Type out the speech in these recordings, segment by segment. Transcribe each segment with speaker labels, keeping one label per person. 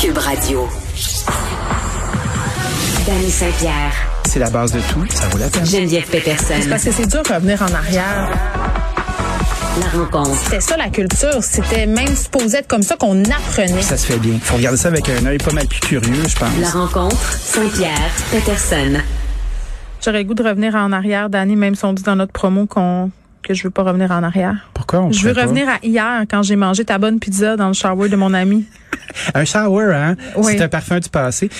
Speaker 1: Cube Radio. Danny Saint-Pierre,
Speaker 2: C'est la base de tout. Ça vaut la peine.
Speaker 1: Geneviève
Speaker 3: C'est
Speaker 1: Peterson.
Speaker 3: Parce que c'est dur de revenir en arrière.
Speaker 1: La rencontre.
Speaker 3: C'était ça la culture. C'était même supposé être comme ça qu'on apprenait.
Speaker 2: Ça se fait bien. Faut regarder ça avec un œil pas mal plus curieux, je pense.
Speaker 1: La rencontre. Saint-Pierre, Peterson.
Speaker 3: J'aurais le goût de revenir en arrière, Danny, même si on dit dans notre promo qu'on que je veux pas revenir en arrière.
Speaker 2: Pourquoi on
Speaker 3: Je veux
Speaker 2: pourrait pas?
Speaker 3: revenir à hier quand j'ai mangé ta bonne pizza dans le shower de mon ami.
Speaker 2: Un shower, hein?
Speaker 3: Oui.
Speaker 2: C'est un parfum du passé.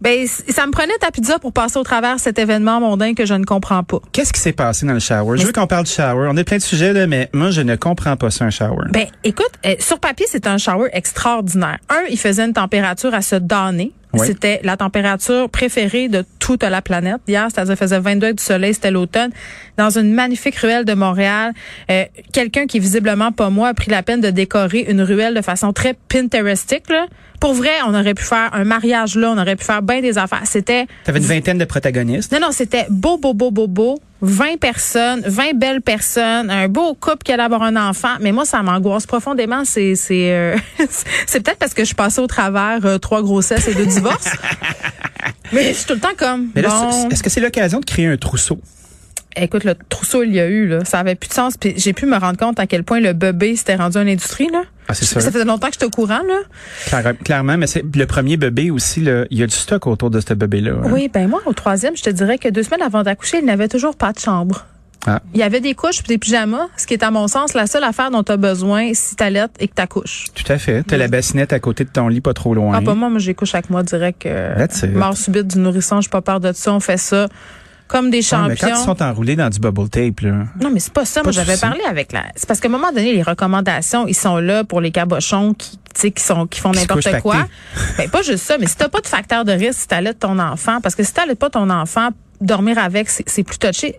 Speaker 3: Ben, c- ça me prenait ta pizza pour passer au travers cet événement mondain que je ne comprends pas.
Speaker 2: Qu'est-ce qui s'est passé dans le shower? Je veux qu'on parle du shower. On a plein de sujets, là, mais moi, je ne comprends pas ça, un shower.
Speaker 3: Ben, écoute, euh, sur papier, c'est un shower extraordinaire. Un, il faisait une température à se donner.
Speaker 2: Oui.
Speaker 3: C'était la température préférée de toute la planète. Hier, c'est-à-dire, il faisait 22 avec du soleil, c'était l'automne. Dans une magnifique ruelle de Montréal, euh, quelqu'un qui, visiblement pas moi, a pris la peine de décorer une ruelle de façon très Pinterestique. Là. Pour vrai, on aurait pu faire un mariage là, on aurait pu faire bien des affaires. C'était
Speaker 2: T'avais une vingtaine de protagonistes.
Speaker 3: non, non, c'était beau, beau, beau, beau, beau. 20 personnes, 20 belles personnes, un beau couple qui allait avoir un enfant. Mais moi, ça m'angoisse profondément. C'est, c'est, euh, c'est peut-être parce que je suis passée au travers euh, trois grossesses et deux divorces. Mais je suis tout le temps comme.
Speaker 2: Mais là,
Speaker 3: bon,
Speaker 2: c'est- est-ce que c'est l'occasion de créer un trousseau?
Speaker 3: écoute, le trousseau, il y a eu, là. Ça avait plus de sens. Puis j'ai pu me rendre compte à quel point le bébé s'était rendu une industrie, là.
Speaker 2: Ah, c'est
Speaker 3: Je-
Speaker 2: sûr.
Speaker 3: Ça faisait longtemps que j'étais au courant, là.
Speaker 2: Claire- clairement, mais c'est le premier bébé aussi, là, il y a du stock autour de ce bébé-là. hein.
Speaker 3: Oui, ben moi, au troisième, je te dirais que deux semaines avant d'accoucher, il n'avait toujours pas de chambre.
Speaker 2: Ah.
Speaker 3: Il y avait des couches puis des pyjamas, ce qui est à mon sens la seule affaire dont tu as besoin si t'allaites et que t'accouches.
Speaker 2: Tout à fait. T'as la bassinette à côté de ton lit, pas trop loin.
Speaker 3: Ah, pas moi, moi j'écoute avec moi direct. euh,
Speaker 2: That's it.
Speaker 3: mort subite du nourrisson, j'ai pas peur de ça, on fait ça comme des
Speaker 2: Ouais,
Speaker 3: champions.
Speaker 2: mais quand ils sont enroulés dans du bubble tape, là.
Speaker 3: Non, mais c'est pas ça.
Speaker 2: Pas
Speaker 3: Moi,
Speaker 2: de
Speaker 3: j'avais
Speaker 2: souci.
Speaker 3: parlé avec la. C'est parce qu'à un moment donné, les recommandations, ils sont là pour les cabochons qui, tu sais, qui sont, qui font
Speaker 2: Qui se
Speaker 3: n'importe
Speaker 2: couchent
Speaker 3: quoi.
Speaker 2: pactés.
Speaker 3: Ben, pas juste ça, mais si t'as pas de facteur de risque, si t'allaites ton enfant, parce que si t'allaites pas ton enfant, dormir avec, c'est c'est plus touché.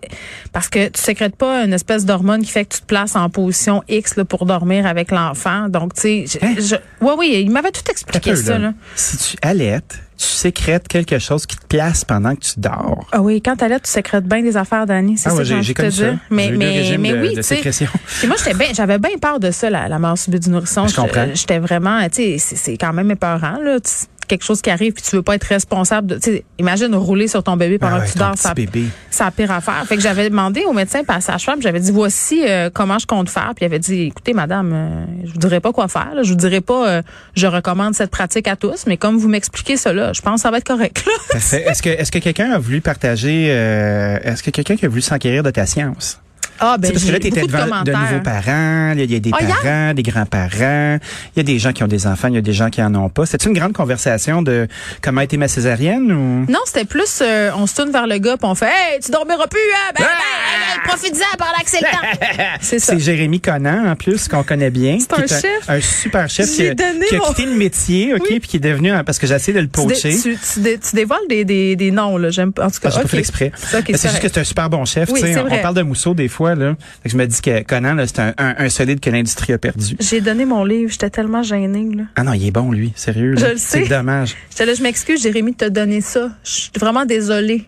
Speaker 3: Parce que tu sécrètes pas une espèce d'hormone qui fait que tu te places en position X, là, pour dormir avec l'enfant. Donc, tu sais,
Speaker 2: Hein?
Speaker 3: je- je- ouais, oui, il m'avait tout
Speaker 2: Attends,
Speaker 3: expliqué ça,
Speaker 2: là.
Speaker 3: là.
Speaker 2: Si tu allaites, tu sécrètes quelque chose qui te place pendant que tu dors.
Speaker 3: Ah oui, quand t'allais, tu sécrètes bien des affaires, Dani. C'est
Speaker 2: Ah
Speaker 3: ça
Speaker 2: ouais,
Speaker 3: que j'ai
Speaker 2: j'ai-
Speaker 3: envie
Speaker 2: j'ai
Speaker 3: de te
Speaker 2: connu ça.
Speaker 3: dire. Mais,
Speaker 2: J'ai eu deux
Speaker 3: mais,
Speaker 2: régimes
Speaker 3: mais
Speaker 2: de-
Speaker 3: oui,
Speaker 2: de
Speaker 3: tu sais.
Speaker 2: sécrétion.
Speaker 3: Puis moi, j'étais bien, j'avais bien peur de ça, la, la mort subie du nourrisson.
Speaker 2: Je comprends.
Speaker 3: J'étais- J'étais vraiment, tu sais, c'est- c'est quand même épeurant, là. Tu- quelque chose qui arrive puis tu veux pas être responsable de, tu sais, imagine rouler sur ton bébé pendant
Speaker 2: Ah ouais,
Speaker 3: que tu
Speaker 2: ton
Speaker 3: dors,
Speaker 2: petit
Speaker 3: ça,
Speaker 2: bébé.
Speaker 3: ça a pire affaire. Fait que j'avais demandé au médecin par sa femme, j'avais dit voici euh, comment je compte faire, puis il avait dit écoutez madame, euh, je vous dirai pas quoi faire, là. je vous dirai pas euh, je recommande cette pratique à tous, mais comme vous m'expliquez cela, je pense que ça va être correct. là.
Speaker 2: Parfait. Est-ce que, est-ce que quelqu'un a voulu partager, euh, est-ce que quelqu'un qui a voulu s'enquérir de ta science?
Speaker 3: Ah
Speaker 2: Tu sais,
Speaker 3: ben
Speaker 2: parce que là, tu
Speaker 3: j'ai beaucoup de
Speaker 2: devant de,
Speaker 3: commentaires.
Speaker 2: nouveaux parents, il y a- il y a des
Speaker 3: Ah, hier?
Speaker 2: parents, des grands-parents, il y a des gens qui ont des enfants, il y a des gens qui en ont pas. C'était une grande conversation de comment a été ma césarienne ou?
Speaker 3: Non, c'était plus euh, on se tourne vers le gars puis on fait Hey, tu dormiras plus, hein? Ben, ben,
Speaker 2: Ah!
Speaker 3: ben, ben, profite-en pendant que c'est le temps. c'est ça.
Speaker 2: C'est Jérémy Conan, en plus, qu'on connaît bien.
Speaker 3: C'est
Speaker 2: qui
Speaker 3: un
Speaker 2: est
Speaker 3: chef.
Speaker 2: Un super chef qui,
Speaker 3: J'ai
Speaker 2: a-
Speaker 3: donné
Speaker 2: qui a
Speaker 3: mon-
Speaker 2: quitté le métier, OK,
Speaker 3: Oui.
Speaker 2: puis qui est devenu, un- parce que j'essaie de le
Speaker 3: Tu, dé-
Speaker 2: poacher.
Speaker 3: tu, tu dé- tu dévoiles des, des, des noms, là. J'aime pas. En tout cas,
Speaker 2: Ah, j'ai
Speaker 3: ok.
Speaker 2: pas fait l'exprès.
Speaker 3: C'est ok,
Speaker 2: Mais
Speaker 3: c'est
Speaker 2: c'est juste que
Speaker 3: correct.
Speaker 2: c'est un super bon chef.
Speaker 3: Oui,
Speaker 2: tu sais.
Speaker 3: c'est
Speaker 2: on, on
Speaker 3: vrai.
Speaker 2: parle de Mousseau des fois. Là. Fait que je me dis que Conan, là, c'est un, un, un solide que l'industrie a perdu.
Speaker 3: J'ai donné mon livre, j'étais tellement gênée. Là.
Speaker 2: Ah non, il est bon, lui. Sérieux. là.
Speaker 3: Je le
Speaker 2: C'est
Speaker 3: sais.
Speaker 2: dommage.
Speaker 3: J'étais là, je m'excuse, Jérémy, de te donner ça. Je suis vraiment désolée.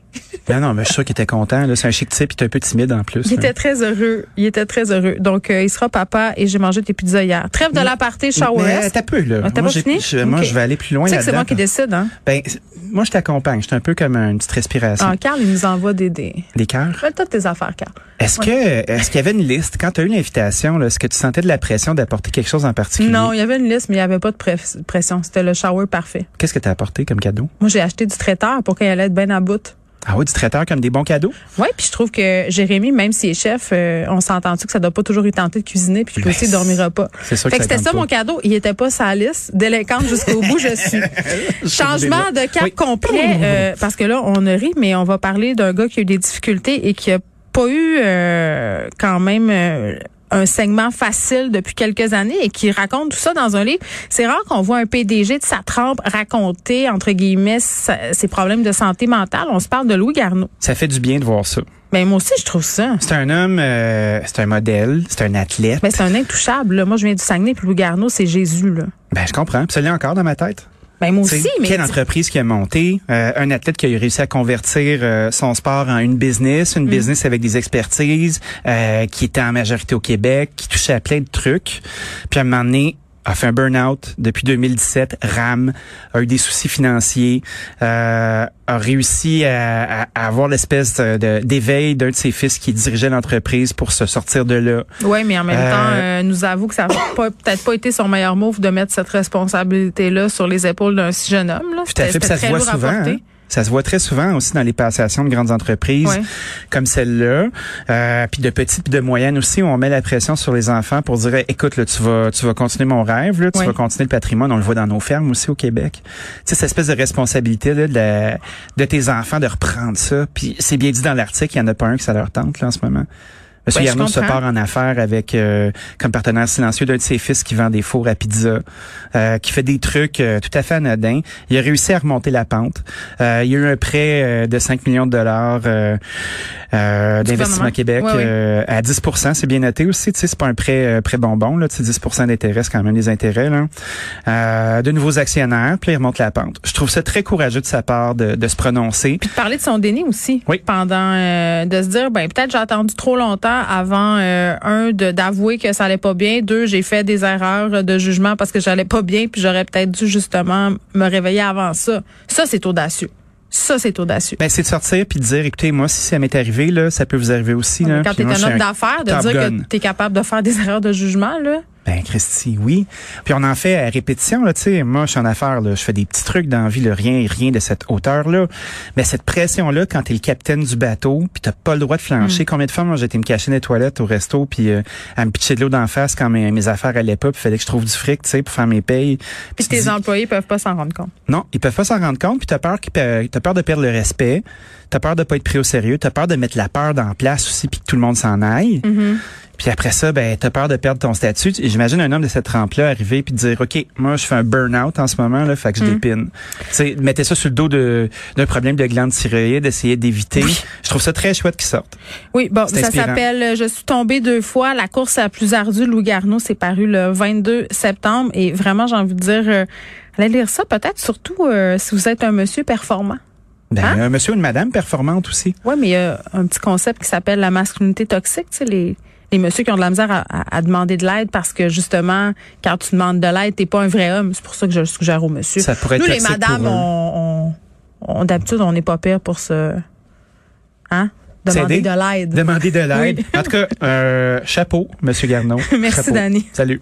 Speaker 2: Non, non, mais je suis sûr qu'il était content. là. C'est un chic type. Il était un peu timide en plus. hein.
Speaker 3: Il
Speaker 2: là.
Speaker 3: était très heureux. Il était très heureux. Donc, euh, il sera papa et j'ai mangé tes pizzas hier. Trêve de la partie,
Speaker 2: Mais euh,
Speaker 3: shower.
Speaker 2: t'as peu, là.
Speaker 3: Ah, t'as
Speaker 2: moi,
Speaker 3: pas
Speaker 2: j'ai-
Speaker 3: fini?
Speaker 2: je, moi,
Speaker 3: Ok.
Speaker 2: je vais aller plus loin
Speaker 3: Tu sais que c'est
Speaker 2: là-dedans.
Speaker 3: moi qui décide, hein?
Speaker 2: Ben, c'est- moi, je t'accompagne. Je suis un peu comme une petite respiration.
Speaker 3: Ah, Carl, il nous envoie des. des...
Speaker 2: Des cœurs.
Speaker 3: Fais-toi de tes affaires, Carl.
Speaker 2: Est-ce que est-ce qu'il y avait une liste quand tu as eu l'invitation là, est-ce que tu sentais de la pression d'apporter quelque chose en particulier
Speaker 3: Non, il y avait une liste, mais il n'y avait pas de pref- pression. C'était le shower parfait.
Speaker 2: Qu'est-ce que tu as apporté comme cadeau
Speaker 3: Moi, j'ai acheté du traiteur pour qu'il allait être bien à bout.
Speaker 2: Ah oui, du traiteur comme des bons cadeaux
Speaker 3: Oui, puis je trouve que Jérémy, même s'il est chef, euh, on s'entend-tu que ça doit pas toujours lui tenter de cuisiner, puis qu'il peut
Speaker 2: Ben,
Speaker 3: aussi dormira pas.
Speaker 2: c'est sûr
Speaker 3: fait
Speaker 2: que ça
Speaker 3: que c'était
Speaker 2: tente
Speaker 3: ça
Speaker 2: pas.
Speaker 3: mon cadeau. Il était pas sa liste. Délinquante jusqu'au bout, je suis. Changement de cap
Speaker 2: Oui. Oh.
Speaker 3: complet, euh, parce que là, on rit, mais on va parler d'un gars qui a eu des difficultés et qui a pas eu euh, quand même euh, un segment facile depuis quelques années et qui raconte tout ça dans un livre. C'est rare qu'on voit un PDG de sa trempe raconter, entre guillemets, sa- ses problèmes de santé mentale. On se parle de Louis Garneau.
Speaker 2: Ça fait du bien de voir ça.
Speaker 3: Mais moi aussi, je trouve ça.
Speaker 2: C'est un homme, euh, c'est un modèle, c'est un athlète.
Speaker 3: Ben, c'est un intouchable. Là. Moi, je viens du Saguenay, puis Louis Garneau, c'est Jésus. Là.
Speaker 2: Ben, je comprends. Puis Ça l'est encore dans ma tête.
Speaker 3: Ben, moi
Speaker 2: Tu sais,
Speaker 3: aussi, mais...
Speaker 2: Quelle entreprise qui a monté, euh, un athlète qui a réussi à convertir euh, son sport en une business,
Speaker 3: Mm.
Speaker 2: une business avec des expertises, euh, qui était en majorité au Québec, qui touchait à plein de trucs. Puis à un moment donné, a fait un burn-out depuis 2017, rame, a eu des soucis financiers, euh, a réussi à, à- à avoir l'espèce de- d'éveil d'un de ses fils qui dirigeait l'entreprise pour se sortir de là.
Speaker 3: Oui, mais en même
Speaker 2: Euh,
Speaker 3: temps, euh, nous avoue que ça n'a pas- peut-être pas été son meilleur move de mettre cette responsabilité-là sur les épaules d'un si jeune homme. Là.
Speaker 2: Tout à fait, puis ça se
Speaker 3: très
Speaker 2: voit
Speaker 3: lourd à
Speaker 2: souvent.
Speaker 3: porter.
Speaker 2: hein. Ça se voit très souvent aussi dans les passations de grandes entreprises
Speaker 3: Ouais.
Speaker 2: comme celle-là, euh, puis de petites puis de moyennes aussi où on met la pression sur les enfants pour dire Hey, écoute là tu vas tu vas continuer mon rêve là, tu
Speaker 3: Ouais.
Speaker 2: vas continuer le patrimoine, on le voit dans nos fermes aussi au Québec. Tu sais cette espèce de responsabilité là, de, la- de tes enfants de reprendre ça, puis c'est bien dit dans l'article, il y en a pas un que ça leur tente là en ce moment. Monsieur
Speaker 3: Ouais, je
Speaker 2: Yarnoux se
Speaker 3: comprends.
Speaker 2: part en affaires avec euh, comme partenaire silencieux d'un de ses fils qui vend des fours à pizza, euh, qui fait des trucs euh, tout à fait anodins. Il a réussi à remonter la pente. Euh, il y a eu un prêt euh, de 5 millions de dollars euh, euh,
Speaker 3: Du
Speaker 2: d'investissement
Speaker 3: gouvernement.
Speaker 2: Québec
Speaker 3: Ouais, ouais.
Speaker 2: euh, à 10 c'est bien noté aussi. Tu sais, c'est pas un prêt, euh, prêt bonbon là. Tu sais, 10 d'intérêt, c'est quand même des intérêts là. Euh, de nouveaux actionnaires, puis il remonte la pente. Je trouve ça très courageux de sa part de, de se prononcer.
Speaker 3: Puis de parler de son déni aussi.
Speaker 2: Oui.
Speaker 3: Pendant euh, de se dire ben peut-être j'ai attendu trop longtemps avant euh, un de d'avouer que ça allait pas bien, deux j'ai fait des erreurs de jugement parce que j'allais pas bien puis j'aurais peut-être dû justement me réveiller avant ça. Ça c'est audacieux. Ça c'est audacieux.
Speaker 2: Ben, c'est de sortir puis de dire, écoutez, moi, si ça m'est arrivé, là, ça peut vous arriver aussi. Là,
Speaker 3: Quand
Speaker 2: Puis
Speaker 3: t'es
Speaker 2: moi, Ben, hein, je
Speaker 3: un
Speaker 2: suis
Speaker 3: homme d'affaires, de
Speaker 2: Top
Speaker 3: dire
Speaker 2: Gun.
Speaker 3: que t'es capable de faire des erreurs de jugement là.
Speaker 2: Ben, Christy, oui. Puis on en fait à répétition, là, tu sais. Moi, je suis en affaires, là. Je fais des petits trucs dans la vie, là. Rien, rien de cette hauteur-là. Mais cette pression-là, quand t'es le capitaine du bateau, puis t'as pas le droit de flancher. Combien de fois, moi, j'étais me cacher dans les toilettes au resto, puis euh, à me pitcher de l'eau d'en face quand mes, mes affaires allaient pas, puis fallait que je trouve du fric, tu sais, pour faire mes payes.
Speaker 3: Puis
Speaker 2: Tu dis-
Speaker 3: tes employés peuvent pas s'en rendre compte.
Speaker 2: non, ils peuvent pas s'en rendre compte, puis t'as peur qu'ils pe- t'as peur de perdre le respect, t'as peur de pas être pris au sérieux, t'as peur de mettre la peur dans la place aussi, puis que tout le monde s'en aille.
Speaker 3: Mm-hmm.
Speaker 2: Puis après ça, ben t'as peur de perdre ton statut. Tu- J'imagine un homme de cette trempe-là arriver puis dire, ok, moi je fais un burn-out en ce moment là, fait
Speaker 3: Mm.
Speaker 2: que je dépine. Tu sais, mettez ça sur le dos de- d'un problème de glande thyroïde, essayer d'éviter. Je trouve ça très chouette qu'ils sortent.
Speaker 3: Oui, bon,
Speaker 2: C'est
Speaker 3: ça
Speaker 2: inspirant.
Speaker 3: s'appelle euh, Je suis tombée deux fois. La course la plus ardue, Lou Garneau, c'est paru le 22 septembre. Et vraiment, j'ai envie de dire, euh, allez lire ça peut-être, surtout euh, si vous êtes un monsieur performant.
Speaker 2: Ben,
Speaker 3: Hein?
Speaker 2: un monsieur ou une madame performante aussi.
Speaker 3: Oui, mais il y a un petit concept qui s'appelle la masculinité toxique. Tu sais, les, les messieurs qui ont de la misère à, à- à demander de l'aide parce que justement, quand tu demandes de l'aide, t'es pas un vrai homme. C'est pour ça que je le suggère aux messieurs.
Speaker 2: Ça pourrait être
Speaker 3: Nous, les
Speaker 2: toxique
Speaker 3: madames,
Speaker 2: pour eux.
Speaker 3: on, on- on- d'habitude, on n'est pas pire pour se... Hein? Demander
Speaker 2: S'aider.
Speaker 3: de l'aide.
Speaker 2: Demander de l'aide.
Speaker 3: Oui.
Speaker 2: En tout cas, euh, chapeau, Monsieur Garneau.
Speaker 3: Merci,
Speaker 2: Chapeau.
Speaker 3: Danny.
Speaker 2: Salut.